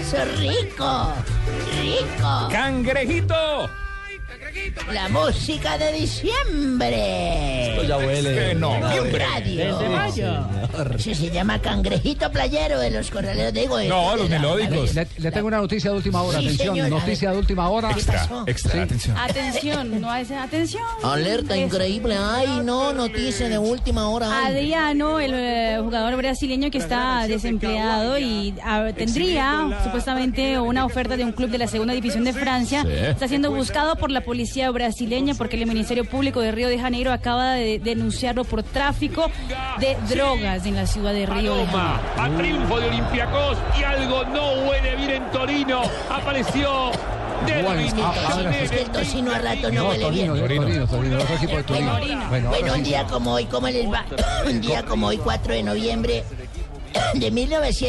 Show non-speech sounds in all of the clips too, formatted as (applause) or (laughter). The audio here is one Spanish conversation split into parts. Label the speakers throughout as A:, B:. A: Eso rico, rico.
B: ¡Cangrejito!
A: La música de diciembre.
C: Ya huele.
B: Eh, no, hombre.
A: Radio. Ese se llama cangrejito playero de los corraleros este de Ego.
B: No, los melódicos.
D: Eh, Le, le tengo una noticia de última hora,
A: Sí,
D: atención,
A: señor, a
D: noticia
A: ver.
D: de última hora.
A: pasó?
B: Extra, extra, atención.
E: Atención, no es atención.
A: Alerta
E: Es-
A: increíble. Ay, no, noticia de última hora. ay.
E: Adriano, el eh, jugador brasileño que está desempleado y ah, tendría supuestamente una oferta de un club de la segunda división de Francia, está siendo buscado por la policía brasileña porque el Ministerio Público de Río de Janeiro acaba de denunciarlo por tráfico de drogas en la ciudad de Río de Janeiro.
F: Paloma, a triunfo de Olympiacos y algo no huele bien en Torino. Apareció Derwin.
B: ah,
A: Es que el tocino- es que el tocino a rato no huele bien.
D: Torino, Torino, Torino, otro equipo de Torino. Bueno, ahora
A: Bueno, un
D: sí.
A: día como hoy, ¿cómo les va? (clears throat) Un día como hoy, 4 de noviembre de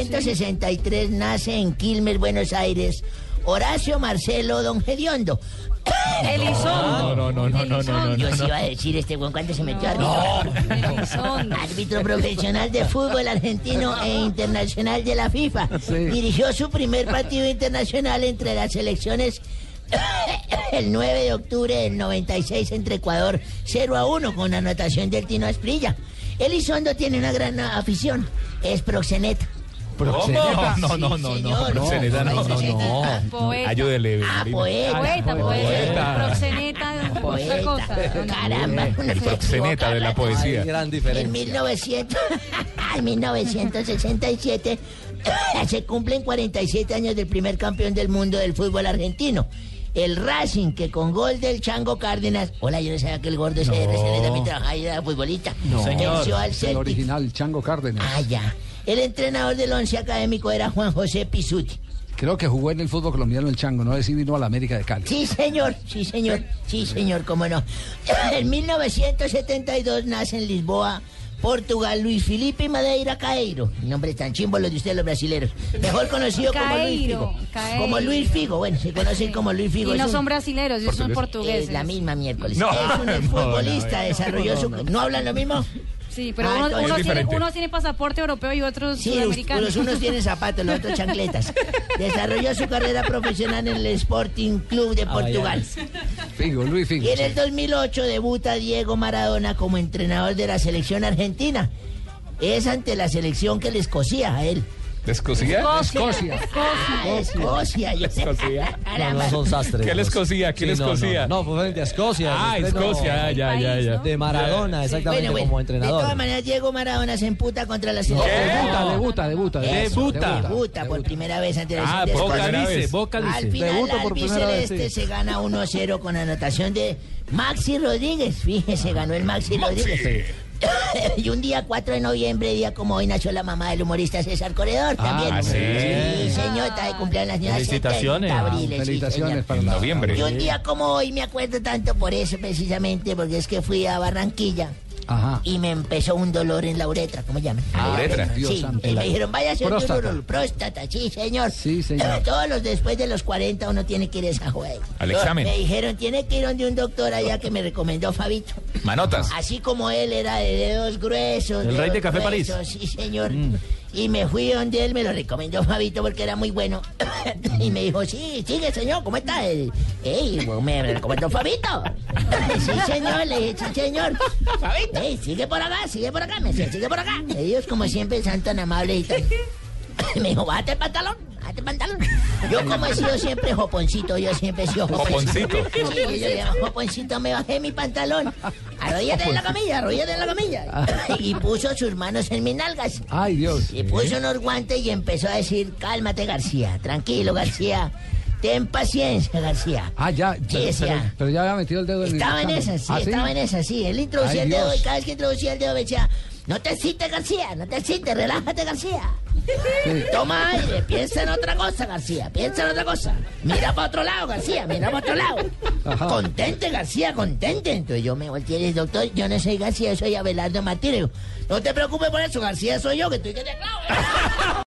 A: 1963, nace en Quilmes, Buenos Aires, Horacio Marcelo Don Gediondo.
B: No,
E: Elizondo.
B: no, no, no, no, no, no,
A: Yo sí
B: no.
A: iba a decir este buen cuánto se metió árbitro.
E: Elizondo.
A: Árbitro profesional de fútbol argentino e internacional de la FIFA.
D: Sí.
A: Dirigió su primer partido internacional entre las selecciones (coughs) el 9 de octubre del 96 entre Ecuador 0 a 1 con anotación del Tino Asprilla. Elizondo tiene una gran ah, afición, es proxeneta.
B: ¿Cómo? No, no, no, no,
A: señor.
B: proxeneta, no, no, no.
E: Poeta.
B: Ayúdele,
A: Ah,
B: Marina.
A: poeta.
B: Poeta.
E: Poeta, poeta, proxeneta, otra cosa.
A: Poeta. Caramba, uno
B: El
A: se
B: proxeneta
A: equivoca,
B: de la
A: ¿verdad?
B: poesía.
C: Gran
A: En
C: diferencia.
A: 1900, (laughs) en 1967 (clears throat) se cumplen 47 años del primer campeón del mundo del fútbol argentino. El Racing, que con gol del Chango Cárdenas. Hola, yo no sabía que el gordo ese de RCN también trabajaba y era futbolista. Venció al
D: Es el
A: Celtic.
D: original, Chango Cárdenas.
A: Ah, ya. El entrenador del once académico era Juan José Pisuti.
D: Creo que jugó en el fútbol colombiano el Chango, no sé si vino a la América de Cali.
A: Sí, señor, sí, señor, sí, señor, cómo no. (coughs) En 1972 nace en Lisboa, Portugal, Luis Felipe Madeira Caeiro. Nombre tan chimbo los de ustedes, los brasileros. Mejor conocido como Luis
E: Caeiro,
A: Figo.
E: Caeiro.
A: Como Luis Figo, bueno, se conocen como Luis
E: Y
A: Figo.
E: no
A: Es
E: son
A: un-
E: brasileros, ellos son portugueses.
A: es la misma miércoles.
B: No,
A: es un
B: (laughs) no,
A: futbolista, desarrolló su... ¿No hablan lo mismo?
E: Sí, pero
A: Ah,
E: unos,
A: entonces-
E: unos
B: Es
E: tienen,
B: diferente.
E: unos tienen pasaporte europeo y otros
A: Sí, los,
E: sudamericanos.
A: los unos tienen zapatos, los otros
E: (laughs)
A: chancletas. Desarrolló su carrera profesional en el Sporting Club
B: Ah,
A: de Portugal.
D: Figo, Luis Figo.
A: Y en el 2008 debuta Diego Maradona como entrenador de la selección argentina. Es ante la selección que le escocía a él.
B: ¿Descosía?
D: Escocia.
A: Ah, Escocia, yo sé.
B: Escocia.
C: No,
A: Caramba.
C: no son sastres.
B: ¿Qué les
C: no.
B: cosía? ¿Qué
C: Sí,
B: les
C: no, no,
B: cosía?
C: No, no, fue frente a Escocia.
B: Ah,
C: Usted no-
B: Escocia, ya, ya, ya.
C: De Maradona, exactamente,
A: Bueno, bueno,
C: como
A: De todas
C: entrenador.
A: maneras, Diego Maradona se emputa contra la selección.
D: Debuta, debuta, debuta.
A: Eso,
C: Debuta.
A: Debuta por primera vez ante la
B: Ah,
A: selección.
B: por
A: de Escocia.
B: primera vez.
A: Al final,
C: Debuta
A: la
C: por primera vez,
A: albiceleste
C: sí.
A: se gana 1-0 con anotación de Maxi Rodríguez. Fíjese, ganó el Maxi Rodríguez. (coughs) y un día 4 de noviembre, día como hoy, nació la mamá del humorista César Corredor también.
B: Ah, sí.
A: señor, está de cumpleaños la señora
C: Felicitaciones.
A: 70 abril, sí,
D: Felicitaciones
A: señor.
D: para
B: En
D: la-
B: noviembre.
A: Y un día como hoy me acuerdo tanto por eso precisamente, porque es que fui a Barranquilla
D: Ajá.
A: y me empezó un dolor en la uretra, ¿cómo llaman?
B: Ah, uretra.
A: Sí,
D: Dios santo.
A: y me dijeron, vaya a ser
D: Próstata.
A: próstata, sí, señor.
D: Sí, señor.
A: Todos los después de los 40 uno tiene que ir a esa juega.
B: Al examen.
A: Me dijeron, tiene que ir donde un doctor allá que me recomendó Fabito.
B: Manotas.
A: Así como él era de dedos gruesos.
C: El rey de
A: dedos
C: Café París. Mm.
A: gruesos, Sí, señor. Y me fui donde él me lo recomendó Fabito porque era muy bueno.
C: Mm.
A: y me dijo, sí, sigue, señor, ¿cómo está? él? Ey, me recomendó Fabito. (laughs) sí, señor, le dije, sí, señor. Fabito. Ey, sigue por acá, sigue por acá, me decía, sigue por acá. Ellos, como siempre, son tan amables y tan... (laughs) me dijo, bájate el pantalón. bájate el pantalón.
D: (laughs)
A: Yo como he sido siempre joponcito, yo siempre he sido joponcito.
B: Joponcito.
A: Sí, yo le digo, joponcito, me bajé mi pantalón. Arrodíllate en la camilla, arrodíllate en la camilla. Y puso sus manos en mis nalgas.
D: Ah. Ay, Dios.
A: Y puso unos guantes y empezó a decir, cálmate García, tranquilo García, ten paciencia García.
D: Ah, ya. Pero,
A: decía.
D: pero- pero ya había metido el dedo en el.
A: Estaba en
D: examen.
A: esa, sí,
D: ¿Ah,
A: estaba en esa, sí. Él introducía el
D: Ay,
A: dedo
D: Dios.
A: y cada vez que introducía el dedo me decía, no te excites García, no te excites, relájate García. Toma aire, piensa en otra cosa, García, piensa en otra cosa. Mira para otro lado, García, mira para otro lado. Contente, García, contente. Entonces yo me volteé y le dije, doctor, yo no soy García, soy Abelardo Martínez. No te preocupes por eso, García, soy yo que estoy que te clavo.